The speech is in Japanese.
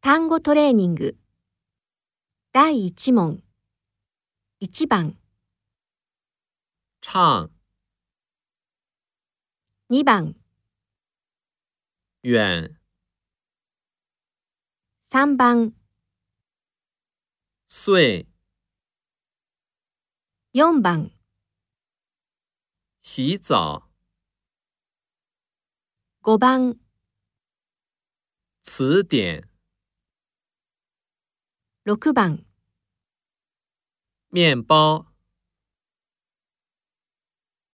単語トレーニング。第1問。1番、唱2番、远3番、岁4番、洗澡5番、词典6番。面包。